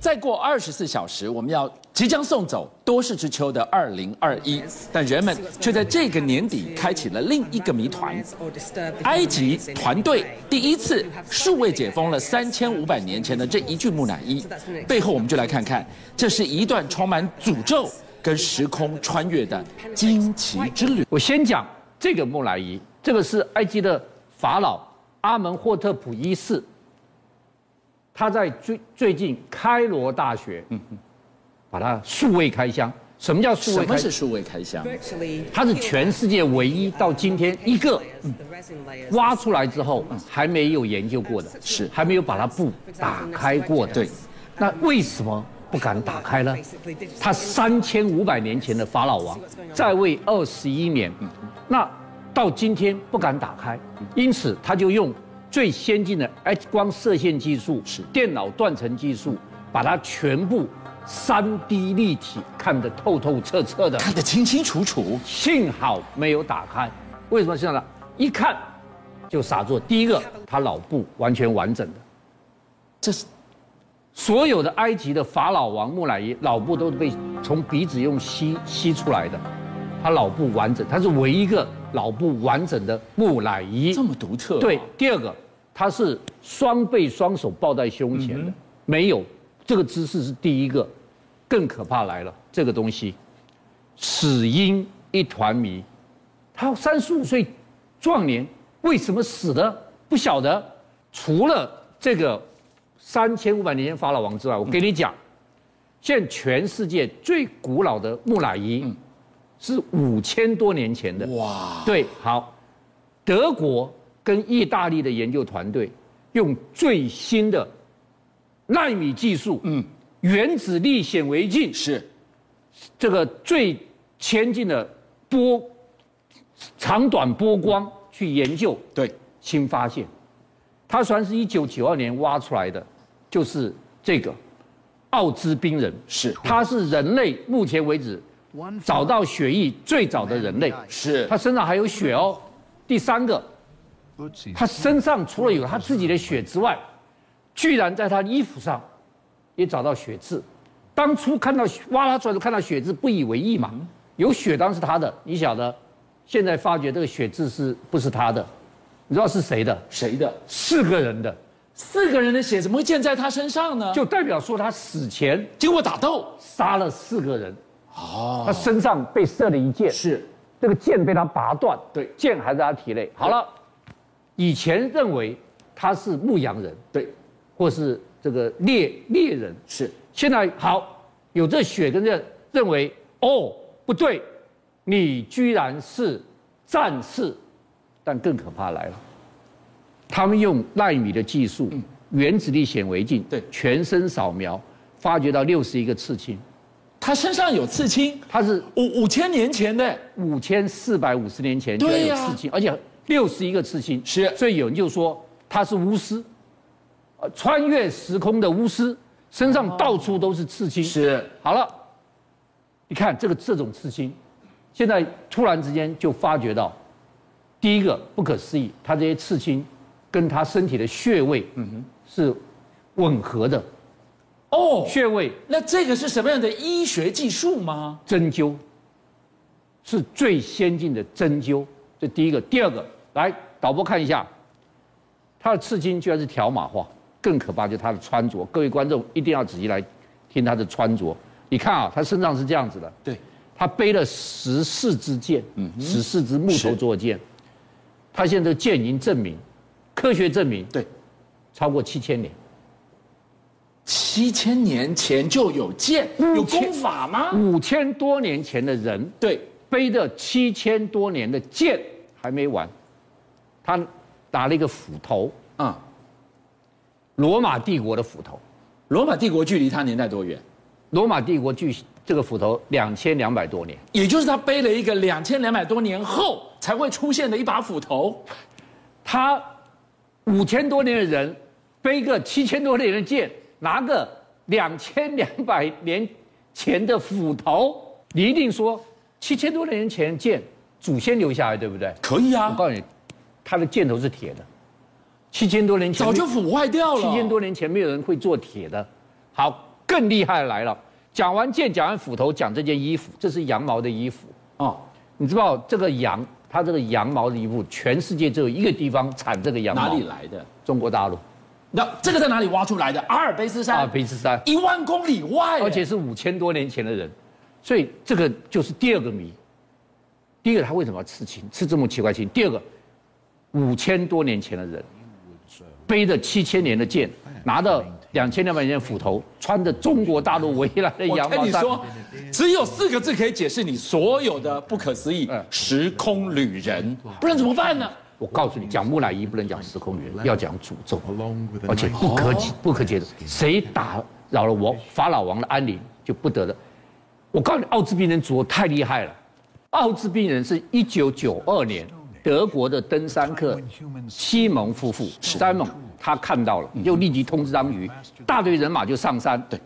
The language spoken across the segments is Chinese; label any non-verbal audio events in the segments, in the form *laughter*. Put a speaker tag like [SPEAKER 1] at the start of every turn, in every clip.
[SPEAKER 1] 再过二十四小时，我们要即将送走多事之秋的二零二一，但人们却在这个年底开启了另一个谜团。埃及团队第一次数位解封了三千五百年前的这一具木乃伊，背后我们就来看看，这是一段充满诅咒跟时空穿越的惊奇之旅。
[SPEAKER 2] 我先讲这个木乃伊，这个是埃及的法老阿门霍特普一世，他在最最近开罗大学，把它数位开箱。什么叫数
[SPEAKER 1] 什
[SPEAKER 2] 位
[SPEAKER 1] 么
[SPEAKER 2] 开
[SPEAKER 1] 是
[SPEAKER 2] 箱？
[SPEAKER 1] 数位开箱？
[SPEAKER 2] 它是全世界唯一到今天一个挖出来之后还没有研究过的，
[SPEAKER 1] 是
[SPEAKER 2] 还没有把它布打开过的。
[SPEAKER 1] 对，
[SPEAKER 2] 那为什么不敢打开呢？他三千五百年前的法老王在位二十一年，那到今天不敢打开，因此他就用最先进的 X 光射线技术、电脑断层技术，把它全部三 D 立体看得透透彻彻的。
[SPEAKER 1] 看得清清楚楚。
[SPEAKER 2] 幸好没有打开。为什么这样呢？一看就傻住了。第一个，他脑部完全完整的，
[SPEAKER 1] 这是
[SPEAKER 2] 所有的埃及的法老王木乃伊脑部都被从鼻子用吸吸出来的，他脑部完整，他是唯一一个脑部完整的木乃伊。
[SPEAKER 1] 这么独特、
[SPEAKER 2] 对，，第二个，他是双臂双手抱在胸前的，没有这个姿势是第一个，更可怕来了，这个东西，死因一团谜，他三十五岁壮年，为什么死的不晓得？除了这个三千五百年前法老王之外，我给你讲，现在全世界最古老的木乃伊，是五千多年前的。
[SPEAKER 1] 哇，
[SPEAKER 2] 对，好，德国跟意大利的研究团队用最新的纳米技术，嗯，原子力显微镜
[SPEAKER 1] 是
[SPEAKER 2] 这个最先进的波长短波光去研究，
[SPEAKER 1] 对，
[SPEAKER 2] 新发现，它虽然是一九九二年挖出来的，就是这个奥兹冰人，
[SPEAKER 1] 是
[SPEAKER 2] 他是人类目前为止找到血液最早的人类，
[SPEAKER 1] 是
[SPEAKER 2] 他身上还有血哦。第三个，他身上除了有他自己的血之外，居然在他衣服上也找到血渍。当初看到挖他出来的看到血渍不以为意嘛，有血当是他的，你晓得，现在发觉这个血渍是不是他的？你知道是谁的？
[SPEAKER 1] 谁的？
[SPEAKER 2] 四个人的，
[SPEAKER 1] 四个人的血怎么会溅在他身上呢？就
[SPEAKER 2] 就代表说他死前
[SPEAKER 1] 经过打斗，
[SPEAKER 2] 杀了四个人。哦，他身上被射了一箭，
[SPEAKER 1] 是
[SPEAKER 2] 这个剑被他拔断，
[SPEAKER 1] 对
[SPEAKER 2] 剑还在他体内。好了，以前认为他是牧羊人
[SPEAKER 1] 对，
[SPEAKER 2] 或是这个猎猎人，
[SPEAKER 1] 是
[SPEAKER 2] 现在好有这血跟这认为哦不对，你居然是战士，但更可怕来了，他们用纳米的技术、原子力显微镜
[SPEAKER 1] 嗯对
[SPEAKER 2] 全身扫描，发掘到六十一个刺青，
[SPEAKER 1] 他身上有刺青，
[SPEAKER 2] 它是
[SPEAKER 1] 五五千年前的，
[SPEAKER 2] 五千四百五十年前就
[SPEAKER 1] 对
[SPEAKER 2] 有
[SPEAKER 1] 呀
[SPEAKER 2] 刺青，而且六十一个刺青，
[SPEAKER 1] 是
[SPEAKER 2] 所以有人就说他是巫师，呃，穿越时空的巫师，身上到处都是刺青。
[SPEAKER 1] 是
[SPEAKER 2] 好了，你看这个这种刺青，现在突然之间就发觉到，第一个不可思议，他这些刺青跟他身体的穴位，嗯哼，是吻合的，
[SPEAKER 1] 哦。
[SPEAKER 2] 穴位
[SPEAKER 1] 那这个是什么样的医学技术吗？
[SPEAKER 2] 针灸，是最先进的针灸。这第一个，第二个，来导播看一下，他的刺青居然是条码化，更可怕就是他的穿着。各位观众一定要仔细来听他的穿着。你看啊，他身上是这样子的，
[SPEAKER 1] 对，
[SPEAKER 2] 他背了十四支箭，十四支木头做的箭，他现在的箭已经证明，科学证明
[SPEAKER 1] 对，
[SPEAKER 2] 超过七千年。
[SPEAKER 1] 七千年前就有剑，有
[SPEAKER 2] 千
[SPEAKER 1] 功法吗？
[SPEAKER 2] 五千多年前的人
[SPEAKER 1] 对，
[SPEAKER 2] 背着七千多年的剑还没完，他拿了一个斧头，
[SPEAKER 1] 啊、
[SPEAKER 2] 罗马帝国的斧头。
[SPEAKER 1] 罗马帝国距离他年代多远？
[SPEAKER 2] 罗马帝国距这个斧头两千两百多年，
[SPEAKER 1] 也就是他背了一个两千两百多年后才会出现的一把斧头，
[SPEAKER 2] 他五千多年的人背个七千多年的剑，拿个两千两百年前的斧头，你一定说七千多年前的剑祖先留下来，对不对？
[SPEAKER 1] 可以
[SPEAKER 2] 我
[SPEAKER 1] 啊，
[SPEAKER 2] 告诉你，他的箭头是铁的，七千多年前
[SPEAKER 1] 早就腐坏掉了。
[SPEAKER 2] 七千多年前没有人会做铁的。好，更厉害来了，讲完剑，讲完斧头，讲这件衣服，这是羊毛的衣服。
[SPEAKER 1] 哦，
[SPEAKER 2] 你知道这个羊，它这个羊毛的衣服，全世界只有一个地方产这个羊毛，
[SPEAKER 1] 哪里？来的？
[SPEAKER 2] 中国大陆
[SPEAKER 1] 那这个在哪里挖出来的？阿尔卑斯山，
[SPEAKER 2] 阿尔卑斯山，
[SPEAKER 1] 一万公里外，
[SPEAKER 2] 而且是五千多年前的人，所以这个就是第二个谜。第一个，他为什么要刺青，刺这么奇怪青？第二个，五千多年前的人，背着七千年的剑，
[SPEAKER 1] 哎
[SPEAKER 2] 拿着两千两百年的斧头，穿着中国大陆围来的
[SPEAKER 1] *laughs* 我
[SPEAKER 2] 羊
[SPEAKER 1] 跟
[SPEAKER 2] 毛
[SPEAKER 1] 你
[SPEAKER 2] 衫，
[SPEAKER 1] 说，只有四个字可以解释你所有的不可思议
[SPEAKER 2] 嗯：
[SPEAKER 1] 时空旅人。不然怎么办呢？
[SPEAKER 2] 我告诉你，讲木乃伊不能讲时空旅人，要讲诅咒，
[SPEAKER 3] Along with a
[SPEAKER 2] 而且
[SPEAKER 3] knife.
[SPEAKER 2] 不可解不可解的，谁打扰了王法老王的安宁就不得了。我告诉你，奥兹病人诅咒太厉害了。奥兹病人是一九九二年德国的登山客西蒙夫妇山蒙，他看到了，就立即通知章鱼，大队人马就上山。对，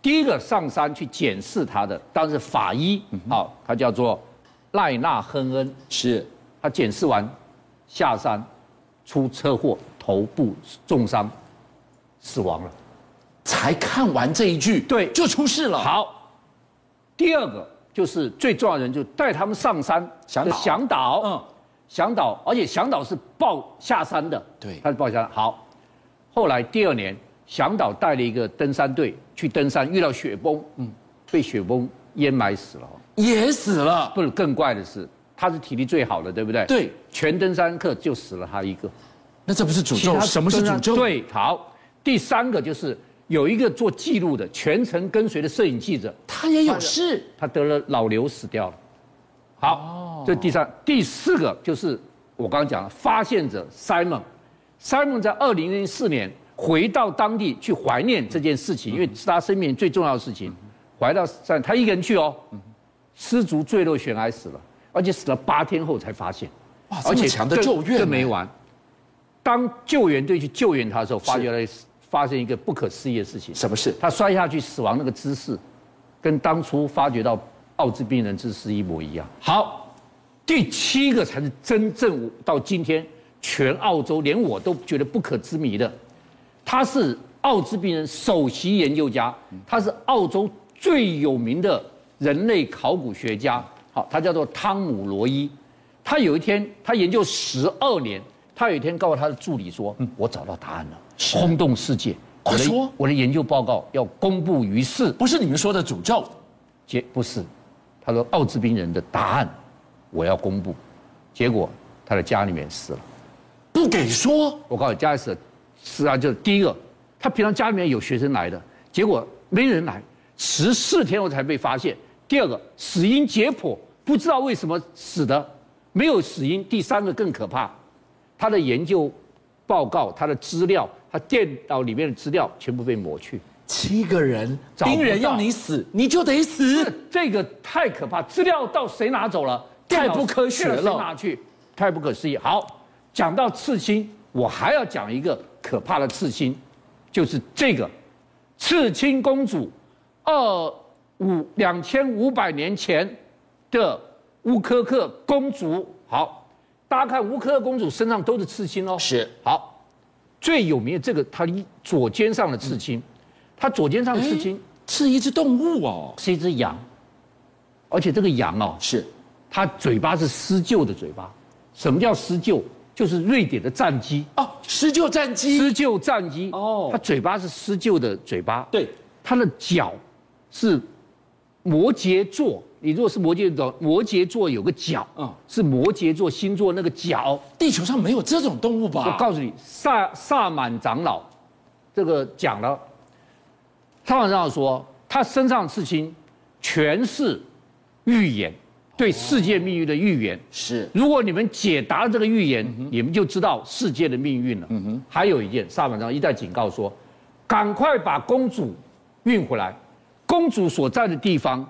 [SPEAKER 2] 第一个上山去检视他的，当时法医，好、他叫做赖纳亨恩，
[SPEAKER 1] 是
[SPEAKER 2] 他检视完，下山，出车祸，头部重伤，死亡了。
[SPEAKER 1] 才看完这一句，
[SPEAKER 2] 对
[SPEAKER 1] 就出事了。
[SPEAKER 2] 好，第二个就是最重要的人，就带他们上山，
[SPEAKER 1] 向导
[SPEAKER 2] 向导，
[SPEAKER 1] 嗯
[SPEAKER 2] 嗯，向导，而且向导是报下山的，
[SPEAKER 1] 对
[SPEAKER 2] 他是报下山。好，后来第二年，向导带了一个登山队去登山，遇到雪崩，嗯，被雪崩淹埋死了。
[SPEAKER 1] 也死了。
[SPEAKER 2] 不是更怪的是，他是体力最好的，对不对？
[SPEAKER 1] 对，
[SPEAKER 2] 全登山客就死了他一个。
[SPEAKER 1] 那这不是诅
[SPEAKER 2] 其他
[SPEAKER 1] 咒？什么是诅咒？，
[SPEAKER 2] 对，好，第三个就是有一个做记录的，全程跟随的摄影记者，
[SPEAKER 1] 他也有事。
[SPEAKER 2] 他得了脑瘤死掉了。
[SPEAKER 1] 哦
[SPEAKER 2] 好，这第三、第四个就是我刚刚讲了，发现者 Simon，Simon 在二零零四年回到当地去怀念这件事情，因为是他生命最重要的事情。怀到山，他一个人去哦，失足坠落悬崖死了，而且死了八天后才发现。
[SPEAKER 1] 哇，这
[SPEAKER 2] 而
[SPEAKER 1] 么
[SPEAKER 2] 且
[SPEAKER 1] 强的
[SPEAKER 2] 更
[SPEAKER 1] 咒怨
[SPEAKER 2] 更
[SPEAKER 1] 呢，
[SPEAKER 2] 没完。当救援队去救援他的时候，发觉了发生一个不可思议的事情：
[SPEAKER 1] 什么事？
[SPEAKER 2] 他摔下去死亡那个姿势，跟当初发掘到奥兹病人之尸一模一样。好，第七个才是真正到今天全澳洲连我都觉得不可知谜的，他是奥兹病人首席研究家，他是澳洲最有名的人类考古学家。好，他叫做汤姆·罗伊。他有一天，他研究十二年，他有一天告诉他的助理说：“我找到答案了，轰动世界。我
[SPEAKER 1] 嗯快
[SPEAKER 2] 的
[SPEAKER 1] 说
[SPEAKER 2] 我的研究报告要公布于世。
[SPEAKER 1] 不是你们说的诅咒，”
[SPEAKER 2] 结不是，他说奥兹病人的答案我要公布。结果他的家里面死了。
[SPEAKER 1] 不给说。
[SPEAKER 2] 我告诉你，家里死了，是啊，就是第一个，他平常家里面有学生来的，结果没人来，十四天后才被发现。第二个，死因解剖不知道为什么死的，没有死因。第三个更可怕，他的研究报告、他的资料、他电脑里面的资料全部被抹去。
[SPEAKER 1] 七个人，
[SPEAKER 2] 找不到
[SPEAKER 1] 盯人要你死，你就得死。
[SPEAKER 2] 这个太可怕，资料到谁拿走了？
[SPEAKER 1] 太
[SPEAKER 2] 电脑
[SPEAKER 1] 不科学了
[SPEAKER 2] 电脑谁拿去？太不可思议。好，讲到刺青，我还要讲一个可怕的刺青，就是这个刺青公主，二五两千五百年前的乌科克公主。好，大家看乌科克公主身上都是刺青哦。
[SPEAKER 1] 是
[SPEAKER 2] 好，最有名的这个，她一左肩上的刺青，她左肩上的刺青。
[SPEAKER 1] 是一只动物哦，
[SPEAKER 2] 是一只羊，而且这个羊哦，
[SPEAKER 1] 是
[SPEAKER 2] 它嘴巴是狮鹫的嘴巴。什么叫狮鹫？就是瑞典的战鸡，
[SPEAKER 1] 哦，施救战机，
[SPEAKER 2] 狮鹫战鸡。
[SPEAKER 1] 哦
[SPEAKER 2] 哦，它嘴巴是狮鹫的嘴巴。
[SPEAKER 1] 对，
[SPEAKER 2] 它的脚是摩羯座。你如果是摩羯座，摩羯座有个角，
[SPEAKER 1] 嗯
[SPEAKER 2] 嗯，是摩羯座星座那个角。
[SPEAKER 1] 地球上没有这种动物吧？
[SPEAKER 2] 我告诉你，萨萨满长老这个讲了，萨满长老说他身上的事情全是预言，对世界命运的预言。
[SPEAKER 1] 是
[SPEAKER 2] 如果你们解答了这个预言，你们就知道世界的命运了。还有一件，萨满章一再警告说，赶快把公主运回来。公主所在的地方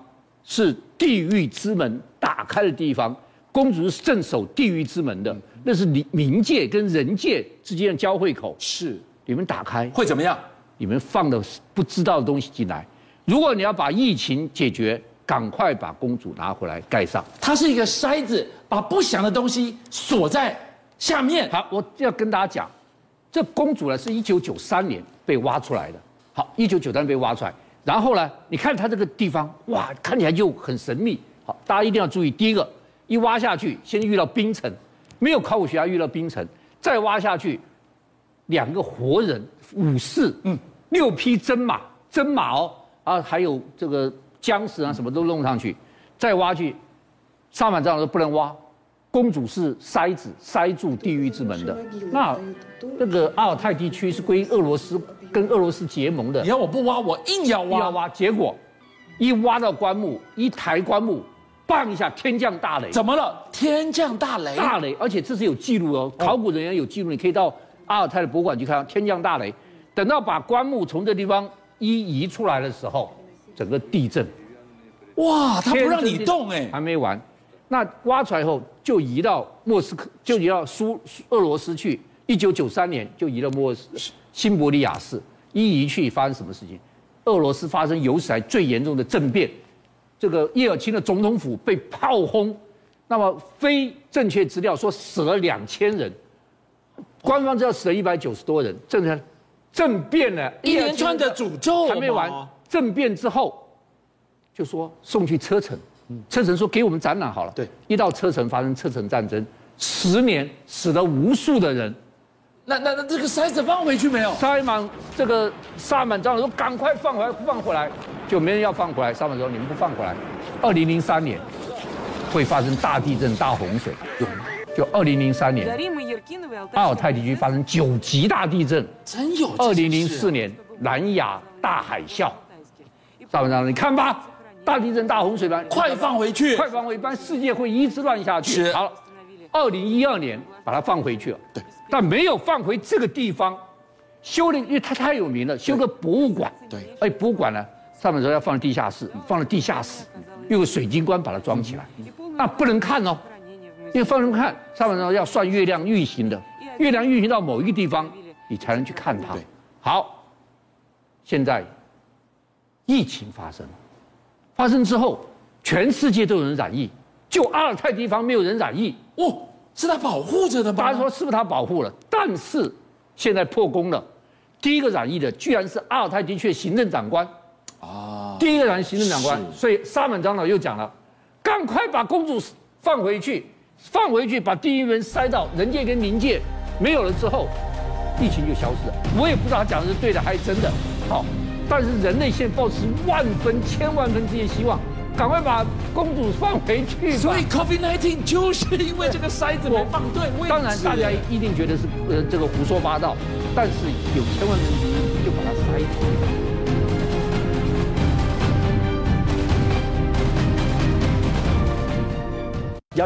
[SPEAKER 2] 是地狱之门打开的地方，公主是镇守地狱之门的，那是冥冥界跟人界之间的交汇口。
[SPEAKER 1] 是，
[SPEAKER 2] 你们打开，
[SPEAKER 1] 会怎么样？
[SPEAKER 2] 你们放的不知道的东西进来。如果你要把疫情解决，赶快把公主拿回来盖上。
[SPEAKER 1] 它是一个筛子，把不祥的东西锁在下面。
[SPEAKER 2] 好，我要跟大家讲，这公主呢是一九九三年被挖出来的。好，一九九三被挖出来，然后呢，你看它这个地方，哇，看起来就很神秘。好，大家一定要注意，第一个，一挖下去，先遇到冰层，没有考古学家遇到冰层，再挖下去，两个活人武士，嗯，六匹真马，真马哦，啊，还有这个僵尸啊，什么都弄上去，再挖去，沙满藏人不能挖，公主是塞子塞住地狱之门的。那那个阿尔泰地区是归俄罗斯跟俄罗斯结盟的
[SPEAKER 1] 你，要我不挖，我硬要
[SPEAKER 2] 挖
[SPEAKER 1] 挖。
[SPEAKER 2] 挖，结果一挖到棺木，一抬棺木，棒一下天降大雷，
[SPEAKER 1] 怎么了？天降大雷！
[SPEAKER 2] 大雷，而且这是有记录哦，考古人员有记录，你可以到阿尔泰的博物馆去看天降大雷。等到把棺木从这地方一移出来的时候，整个地震，
[SPEAKER 1] 哇，他不让
[SPEAKER 2] 天
[SPEAKER 1] 你
[SPEAKER 2] 震地
[SPEAKER 1] 动哎、
[SPEAKER 2] 还没完。那挖出来以后就移到莫斯科，就移到苏苏俄罗斯去。一九九三年就移到莫斯新伯利亚市，一移去发生什么事情？俄罗斯发生有史以来最严重的政变，这个叶尔钦的总统府被炮轰，那么非正确资料说死了两千人，官方资料死了一百九十多人，正确政变呢？
[SPEAKER 1] 一连串的诅咒
[SPEAKER 2] 还没完
[SPEAKER 1] 嘛，
[SPEAKER 2] 政变之后就说送去车臣，车臣说给我们展览好了。
[SPEAKER 1] 对，
[SPEAKER 2] 一到车臣发生车臣战争，十年死了无数的人。
[SPEAKER 1] 那那那这个筛子放回去没有？
[SPEAKER 2] 塞满这个萨满章说赶快放回来，放回来，就没人要放回来。萨满说你们不放回来，二零零三年会发生大地震、大洪水。就二零零三年，阿
[SPEAKER 3] 阿
[SPEAKER 2] 尔
[SPEAKER 3] 尔
[SPEAKER 2] 泰
[SPEAKER 3] 泰
[SPEAKER 2] 地
[SPEAKER 3] 地
[SPEAKER 2] 区
[SPEAKER 3] 区
[SPEAKER 2] 发
[SPEAKER 3] 发生
[SPEAKER 2] 生九级大地震。
[SPEAKER 1] 真有
[SPEAKER 2] 二
[SPEAKER 1] 这件
[SPEAKER 2] 零
[SPEAKER 1] 事
[SPEAKER 2] 零四年南亚大海啸，萨满章说你看吧，大地震、大洪水吧，
[SPEAKER 1] 快放回去！
[SPEAKER 2] 快放回，不然世界会一直乱下去。
[SPEAKER 1] 是
[SPEAKER 2] 好了，二零一二年把它放回去了，对，但没有放回这个地方，修了，因为它太有名了，修个博物馆，
[SPEAKER 1] 对，
[SPEAKER 2] 哎，博物馆呢，上面说要放地下室，放了地下室，用个水晶棺把它装起来，那不能看哦，因为放什么看？上面说要算月亮运行的，月亮运行到某一个地方，你才能去看它
[SPEAKER 1] 对。
[SPEAKER 2] 好，现在疫情发生了，发生之后，全世界都有人染疫，就阿尔泰地方没有人染疫。
[SPEAKER 1] 哦，是他保护着的吧？
[SPEAKER 2] 大家说是不是他保护了？但是现在破功了，第一个染疫的居然是阿尔泰地区的行政长官啊，第一个染疫行政长官，所以沙满长老又讲了，赶快把公主放回去，放回去，把地狱门塞到人界跟冥界，没有了之后，疫情就消失了。我也不知道他讲的是对的还是真的。好，但是人类现在抱持万分、千万分之一的希望，赶快把公主放回去吧。
[SPEAKER 1] 所以 COVID 1 9就是因为这个筛子没放对位置。
[SPEAKER 2] 当然，大家一定觉得是呃这个胡说八道，但是有千万分之一就把它筛出来。
[SPEAKER 4] 邀